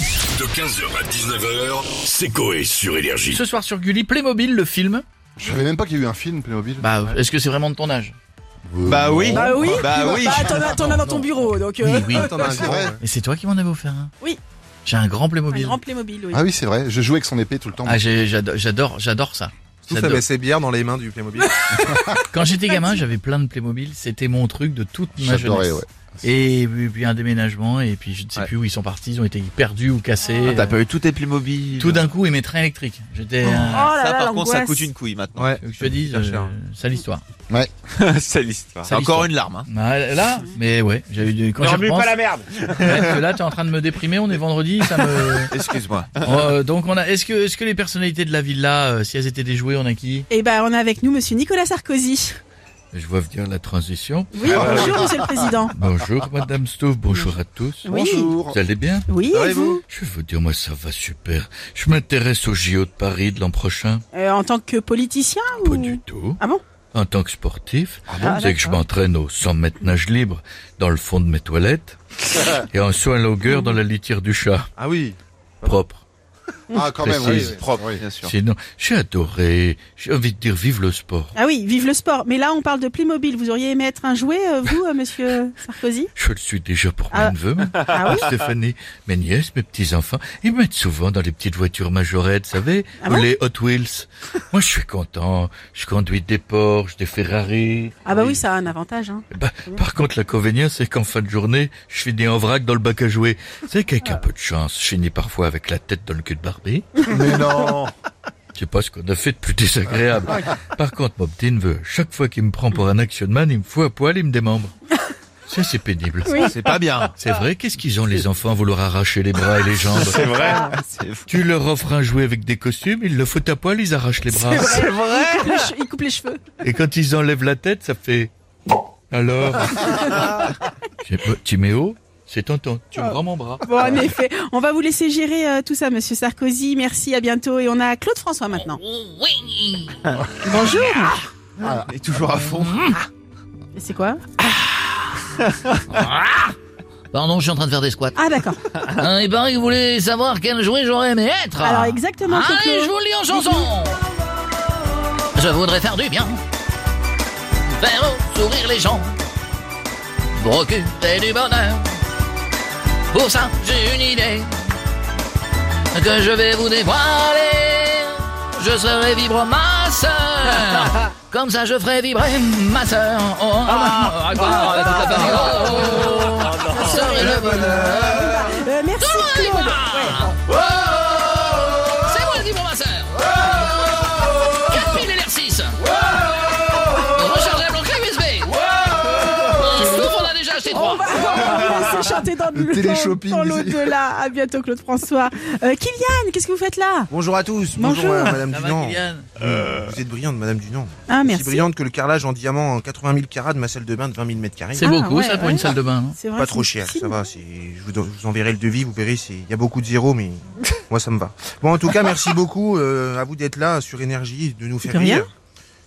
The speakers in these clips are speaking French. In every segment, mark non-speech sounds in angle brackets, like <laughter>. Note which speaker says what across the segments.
Speaker 1: De 15h à 19h, c'est Coé sur Énergie.
Speaker 2: Ce soir sur Gulli, Playmobil, le film.
Speaker 3: Je savais même pas qu'il y a eu un film Playmobil. Euh,
Speaker 2: Bah, est-ce que c'est vraiment de ton âge
Speaker 4: Bah oui.
Speaker 5: Hein
Speaker 6: Bah oui.
Speaker 4: Bah oui.
Speaker 6: Bah, t'en as, t'en as dans ton bureau, donc. euh,
Speaker 2: Oui, oui.
Speaker 4: T'en as un
Speaker 3: C'est
Speaker 4: grand,
Speaker 3: vrai.
Speaker 4: ouais.
Speaker 2: Et c'est toi qui m'en avais offert un
Speaker 6: Oui.
Speaker 2: J'ai un grand
Speaker 6: Un
Speaker 2: Playmobil.
Speaker 6: grand Playmobil, oui.
Speaker 3: Ah oui, c'est vrai. Je jouais avec son épée tout le temps.
Speaker 2: Ah, j'ai- j'ado- j'adore, j'adore ça.
Speaker 4: Tout ça
Speaker 2: J'adore.
Speaker 4: met ses bières dans les mains du Playmobil.
Speaker 2: Quand j'étais gamin, j'avais plein de Playmobil. C'était mon truc de toute ma
Speaker 3: J'adorais,
Speaker 2: jeunesse.
Speaker 3: ouais.
Speaker 2: Et puis puis un déménagement, et puis je ne sais
Speaker 4: Ouais.
Speaker 2: plus où ils sont partis. Ils ont été perdus ou cassés.
Speaker 5: T'as pas eu tous tes Playmobil.
Speaker 2: Ah, bah Tout d'un coup, et mes trains électriques. J'étais.
Speaker 6: Oh
Speaker 2: euh,
Speaker 6: là
Speaker 5: Ça,
Speaker 6: là,
Speaker 5: par contre, ça
Speaker 6: l'angoisse.
Speaker 5: coûte une couille maintenant.
Speaker 4: Ouais.
Speaker 2: que je te dis, euh,
Speaker 4: Hyper cher.
Speaker 2: ça l'histoire.
Speaker 5: C'est l'histoire.
Speaker 2: <laughs> C'est
Speaker 5: C'est
Speaker 2: l'histoire.
Speaker 5: encore une
Speaker 4: <laughs>
Speaker 5: larme. Hein.
Speaker 2: Ah, Là, mais ouais, j'ai eu du. Quand j'y repense,
Speaker 5: merde.
Speaker 2: ouais, que là, t'es en train de me déprimer. On est vendredi, ça me.
Speaker 5: Excuse-moi.
Speaker 2: Euh, donc on a. Est-ce que est-ce que les personnalités de la villa, euh, si elles étaient des jouets, on a qui
Speaker 6: Et ben, on a avec nous Monsieur Nicolas Sarkozy.
Speaker 2: Je vois venir la transition.
Speaker 6: Oui, bonjour, Monsieur le Président.
Speaker 2: <laughs> Bonjour Madame Stouff, Ah, bonjour à tous.
Speaker 6: Oui.
Speaker 3: Bonjour.
Speaker 2: Vous allez bien
Speaker 6: Oui,
Speaker 4: Ça va,
Speaker 6: et
Speaker 4: et
Speaker 6: vous
Speaker 2: Je veux dire, moi ça va super. Je m'intéresse au JO de Paris de l'an prochain.
Speaker 6: Euh, En tant que politicien
Speaker 2: Pas
Speaker 6: ou
Speaker 2: du tout.
Speaker 6: Ah bon Ah
Speaker 2: En tant que sportif,
Speaker 6: bon
Speaker 2: c'est que je m'entraîne au 100 mètres nage libre dans le fond de mes
Speaker 6: <laughs>
Speaker 2: toilettes et en soin longueur dans la litière du chat,
Speaker 4: Ah oui.
Speaker 2: propre.
Speaker 3: Ah, quand même, oui.
Speaker 2: Précise.
Speaker 3: Propre. oui.
Speaker 5: Bien sûr.
Speaker 2: Sinon, j'ai adoré. J'ai envie de dire vive le sport.
Speaker 6: Ah oui, vive le sport. Mais là, on parle de Playmobil. Vous auriez aimé être un jouet, euh, vous, euh, Monsieur Sarkozy
Speaker 2: Je le suis déjà pour
Speaker 6: Ah.
Speaker 2: mes neveux, ma
Speaker 6: Ah oui
Speaker 2: Stéphanie, mes nièces, mes petits-enfants, ils me mettent souvent dans les petites voitures majorettes, vous savez,
Speaker 6: Ah
Speaker 2: ou
Speaker 6: bon
Speaker 2: les Hot Wheels. Moi, je suis content. Je conduis des Porsche, des Ferrari.
Speaker 6: Ah bah oui, ça a un avantage. Hein.
Speaker 2: Bah, par contre, l'inconvénient, c'est qu'en fin de journée, je finis en vrac dans le bac à jouer. C'est qu'avec
Speaker 6: Ah.
Speaker 2: un peu de chance, je finis parfois avec la tête dans le cul de Barbie.
Speaker 3: Mais non. Ah.
Speaker 2: Je sais pas ce qu'on a fait de plus désagréable. Par contre, mon petit neveu, chaque fois qu'il me prend pour un action man, il me fout à poil, il me démembre. Ça, c'est pénible.
Speaker 5: C'est pas bien.
Speaker 2: C'est vrai, qu'est-ce qu'ils ont les enfants à vouloir arracher les bras et les jambes
Speaker 5: C'est vrai.
Speaker 6: Ah.
Speaker 2: Tu leur offres un jouet avec des costumes, ils le foutent à poil, ils arrachent les bras.
Speaker 6: Il, coupe les che- il coupe les cheveux.
Speaker 2: Et quand ils enlèvent la tête, ça fait... Alors J'ai- Bah, Timéo, c'est tonton, tu me rends mon bras.
Speaker 6: Bon, en effet. On va vous laisser gérer euh, tout ça, Monsieur Sarkozy. Merci, à bientôt. Et on a Claude François maintenant. Bonjour.
Speaker 5: Il est toujours à fond.
Speaker 6: Mais C'est quoi
Speaker 2: Pardon, je suis en train de faire des squats. Hein,
Speaker 6: Ah d'accord.
Speaker 2: et pareil, vous voulez savoir quel jouet j'aurais aimé être
Speaker 6: Alors exactement. Claude.
Speaker 2: vous Ah, le lis en chanson Je voudrais faire du bien, faire sourire les gens, procurer du bonheur. Pour ça, j'ai une idée que je vais vous dévoiler. Je serai vibre ma sœur. Comme ça, je ferai vibrer ma sœur. Oh, ah, ah, toute la famille. Oh, oh, oh. Serai le bonheur.
Speaker 6: Euh, merci Claude.
Speaker 2: C'est moi le vibre ma sœur. 4000 LR6. Rechargeable en clé USB. Souffle, on a déjà acheté
Speaker 6: On
Speaker 2: trois.
Speaker 6: va, on va laisser chanter dans
Speaker 3: Le télé-shopping,
Speaker 6: le dans, dans
Speaker 3: ici.
Speaker 6: l'au-delà. À bientôt Claude François. Euh, Kylian, qu'est-ce que vous faites là
Speaker 4: Bonjour à tous.
Speaker 6: Bonjour.
Speaker 4: à Madame Dunant. Euh, Vous êtes brillante, Madame Dunant.
Speaker 6: Ah
Speaker 4: Aussi
Speaker 6: merci.
Speaker 4: brillante que le carrelage en diamant en 80 000 carats de ma salle de bain de 20 000 mètres carrés.
Speaker 2: C'est
Speaker 6: Ah,
Speaker 2: beaucoup
Speaker 6: ouais,
Speaker 2: ça pour
Speaker 6: ouais.
Speaker 2: une salle de bain. non
Speaker 6: C'est vrai,
Speaker 4: Pas
Speaker 6: c'est
Speaker 4: trop cher, ça
Speaker 6: difficile.
Speaker 4: va. c'est- Je vous, don- je vous enverrai le devis, vous verrez. c'est- Il y a beaucoup de
Speaker 6: <laughs>
Speaker 4: zéros, mais moi ça me va. Bon, en tout cas, merci beaucoup euh, à vous d'être là sur Énergie, de nous faire
Speaker 6: De rien.
Speaker 4: rire.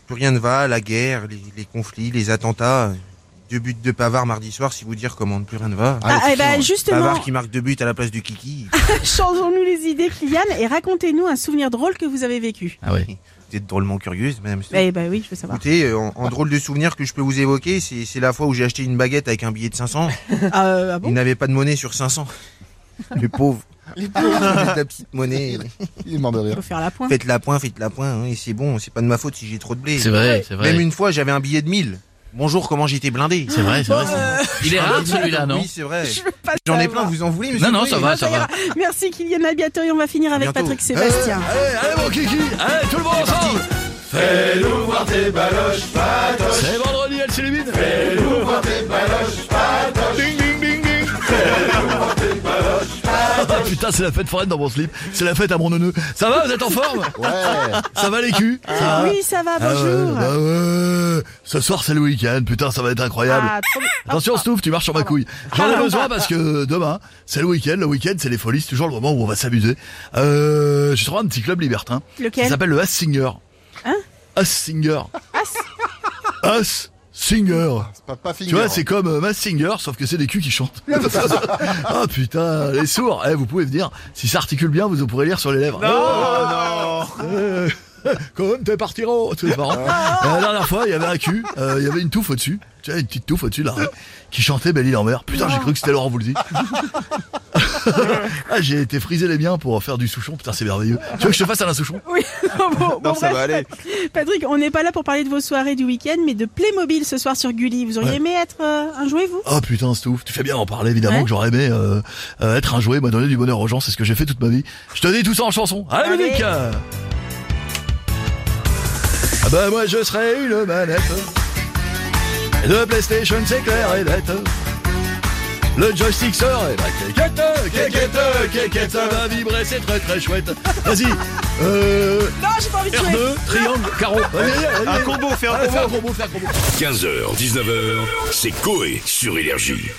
Speaker 4: Plus rien ne va, la guerre, les, les conflits, les attentats. euh, Deux buts de Pavard mardi soir, si vous dire comment plus rien ne va.
Speaker 6: Ah, eh ben
Speaker 4: Pavard
Speaker 6: justement,
Speaker 4: qui marque deux buts à la place du
Speaker 6: <laughs>
Speaker 4: Kiki.
Speaker 6: changeons-nous les idées, Kylian, et racontez-nous un souvenir drôle que vous avez vécu.
Speaker 2: Ah ouais.
Speaker 4: Vous êtes drôlement curieuse, Madame. Stone.
Speaker 6: Eh ben oui, je veux savoir.
Speaker 4: Écoutez, euh, en,
Speaker 6: Bah.
Speaker 4: en drôle de souvenir que je peux vous évoquer, c'est c'est la fois où j'ai acheté une baguette avec un billet de 500.
Speaker 6: Ah, euh, ah bon
Speaker 4: Il n'avait pas de monnaie sur
Speaker 6: <laughs>
Speaker 4: 500. Les pauvres. Les pauvres. la petite monnaie.
Speaker 3: Il m'en de rire.
Speaker 6: Faut faire la pointe.
Speaker 4: Faites la point, faites la point. hein, et c'est bon, c'est pas de ma faute si j'ai trop de blé.
Speaker 2: C'est vrai, c'est vrai.
Speaker 4: Même une fois, j'avais un billet de 1000. Bonjour, comment j'étais blindé. Ah,
Speaker 2: C'est vrai, c'est vrai. Il est rare celui-là, non
Speaker 4: Oui, c'est vrai.
Speaker 6: Je veux pas
Speaker 4: J'en ai
Speaker 6: savoir.
Speaker 4: plein, vous en voulez, monsieur
Speaker 2: Non, non,
Speaker 4: Poulet
Speaker 2: ça va, ça
Speaker 6: Ça
Speaker 2: va.
Speaker 6: ira. Merci Kylian, à bientôt et on va finir avec
Speaker 4: bientôt. Euh,
Speaker 6: Patrick Sébastien.
Speaker 2: Eh, Allez mon kiki, allez tout le monde ensemble Fais-nous voir tes baloches, patoches C'est vendredi, elle s'illumine Fais-nous voir tes baloches, patoches Ding, ding, ding, ding Ah putain, c'est la fête foraine dans mon slip, c'est la fête à mon neuneu. Ça va, vous êtes en forme
Speaker 3: Ouais.
Speaker 2: Ça va les culs
Speaker 4: euh,
Speaker 6: Oui, ça va,
Speaker 2: Ah ouais,
Speaker 6: bonjour.
Speaker 2: bah ouais. Ce soir, c'est le week-end, putain, ça va être incroyable.
Speaker 6: Ah, trop bien.
Speaker 2: Attention, Stouff, tu marches sur ma couille. J'en ai besoin parce que demain, c'est le week-end. Le week-end, c'est les folies. C'est toujours le moment où on va s'amuser. Euh, j'ai trouvé un petit club libertin.
Speaker 6: Lequel
Speaker 2: Ça s'appelle le Hass Singer.
Speaker 6: Hein
Speaker 2: Hass Singer.
Speaker 6: Ah, c'est-
Speaker 2: Hass
Speaker 7: Singer.
Speaker 3: C'est pas, hein. pas finger.
Speaker 7: Tu vois, c'est comme euh, Mass Singer, sauf que c'est des culs qui chantent. <laughs> Ah putain, les sourds. Eh, vous pouvez venir. Si ça articule bien, vous pourrez lire sur les lèvres. Euh, Comme t'es partiront C'est marrant.
Speaker 6: Ah.
Speaker 7: Euh, La dernière fois, il y avait un cul, euh, il y avait une touffe au-dessus. Tu vois, une petite touffe au-dessus, là, hein, qui chantait Belle Île en mer. Putain, j'ai cru que c'était
Speaker 6: <laughs>
Speaker 7: Laurent Voulzy. ah, j'ai été frisé les miens pour faire du Souchon. Putain, c'est merveilleux. Tu veux que je te fasse un Souchon
Speaker 6: Oui, non, bon, bon,
Speaker 5: Non, ça
Speaker 6: bref.
Speaker 5: va aller.
Speaker 6: Patrick, on n'est pas là pour parler de vos soirées du week-end, mais de Playmobil ce soir sur Gulli. Vous auriez
Speaker 7: Ouais.
Speaker 6: aimé être euh, un jouet, vous
Speaker 7: Oh putain, c'est ouf. Tu fais bien d'en parler, évidemment,
Speaker 6: Ouais.
Speaker 7: que j'aurais aimé euh, euh, être un jouet, moi, donner du bonheur aux gens. C'est ce que j'ai fait toute ma vie. Je te dis tout ça en chanson. Allez,
Speaker 6: Allez.
Speaker 7: Monique Ah bah, moi, je serais une manette de PlayStation, c'est clair et net. Le joystick sort et bah, kékette, kékette, kékette, ça va vibrer, c'est très très chouette. Vas-y, euh,
Speaker 6: Non, j'ai pas envie de jouer.
Speaker 7: R2, triangle, carreau. Vas-y, vas-y, vas-y.
Speaker 5: combo, faire
Speaker 7: Ah, fais un combo, fais un combo.
Speaker 1: 15h, 19h, c'est Coé sur Énergie.